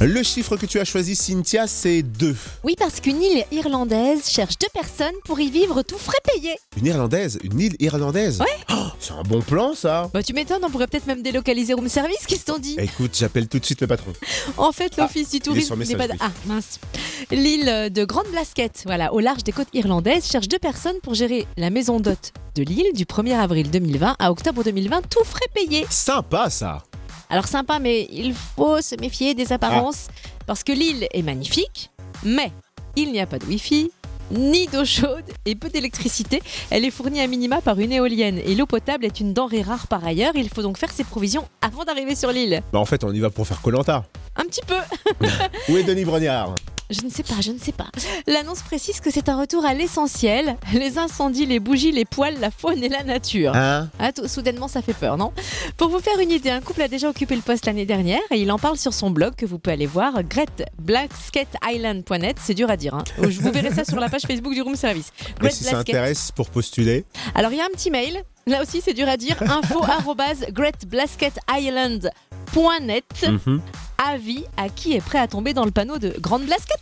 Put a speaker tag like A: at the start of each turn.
A: Le chiffre que tu as choisi, Cynthia, c'est 2.
B: Oui, parce qu'une île irlandaise cherche deux personnes pour y vivre tout frais payé.
A: Une Irlandaise Une île irlandaise
B: Ouais.
A: Oh, C'est un bon plan, ça
B: Bah, tu m'étonnes, on pourrait peut-être même délocaliser room service, qu'est-ce qu'on dit
A: Écoute, j'appelle tout de suite le patron.
B: En fait, l'Office du tourisme
A: sur
B: n'est
A: message,
B: pas.
A: oui.
B: Ah, mince. L'île de Grande Blasquette, voilà, au large des côtes irlandaises, cherche deux personnes pour gérer la maison d'hôte de l'île du 1er avril 2020 à octobre 2020, tout frais payé.
A: Sympa, ça
B: Alors, sympa, mais il faut se méfier des apparences parce que l'île est magnifique, mais il n'y a pas de Wi-Fi. Ni d'eau chaude et peu d'électricité. Elle est fournie à minima par une éolienne et l'eau potable est une denrée rare par ailleurs. Il faut donc faire ses provisions avant d'arriver sur l'île.
A: Bah, en fait, on y va pour faire Colanta.
B: Un petit peu.
A: Où est Denis Brognard
B: Je ne sais pas, je ne sais pas. L'annonce précise que c'est un retour à l'essentiel les incendies, les bougies, les poils, la faune et la nature.
A: Hein
B: Ah, tout- soudainement, ça fait peur, non Pour vous faire une idée, un couple a déjà occupé le poste l'année dernière et il en parle sur son blog que vous pouvez aller voir, greatblacksketisland.net. C'est dur à dire, hein. Je vous verrez ça sur la page Facebook du Room Service.
A: Et
B: Great
A: si ça
B: Blasket-
A: intéresse pour postuler
B: Alors, il y a un petit mail. Là aussi, c'est dur à dire. Info arrobase greatblasketisland.net.
A: Mhm.
B: Avis à qui est prêt à tomber dans le panneau de Grande Blasquette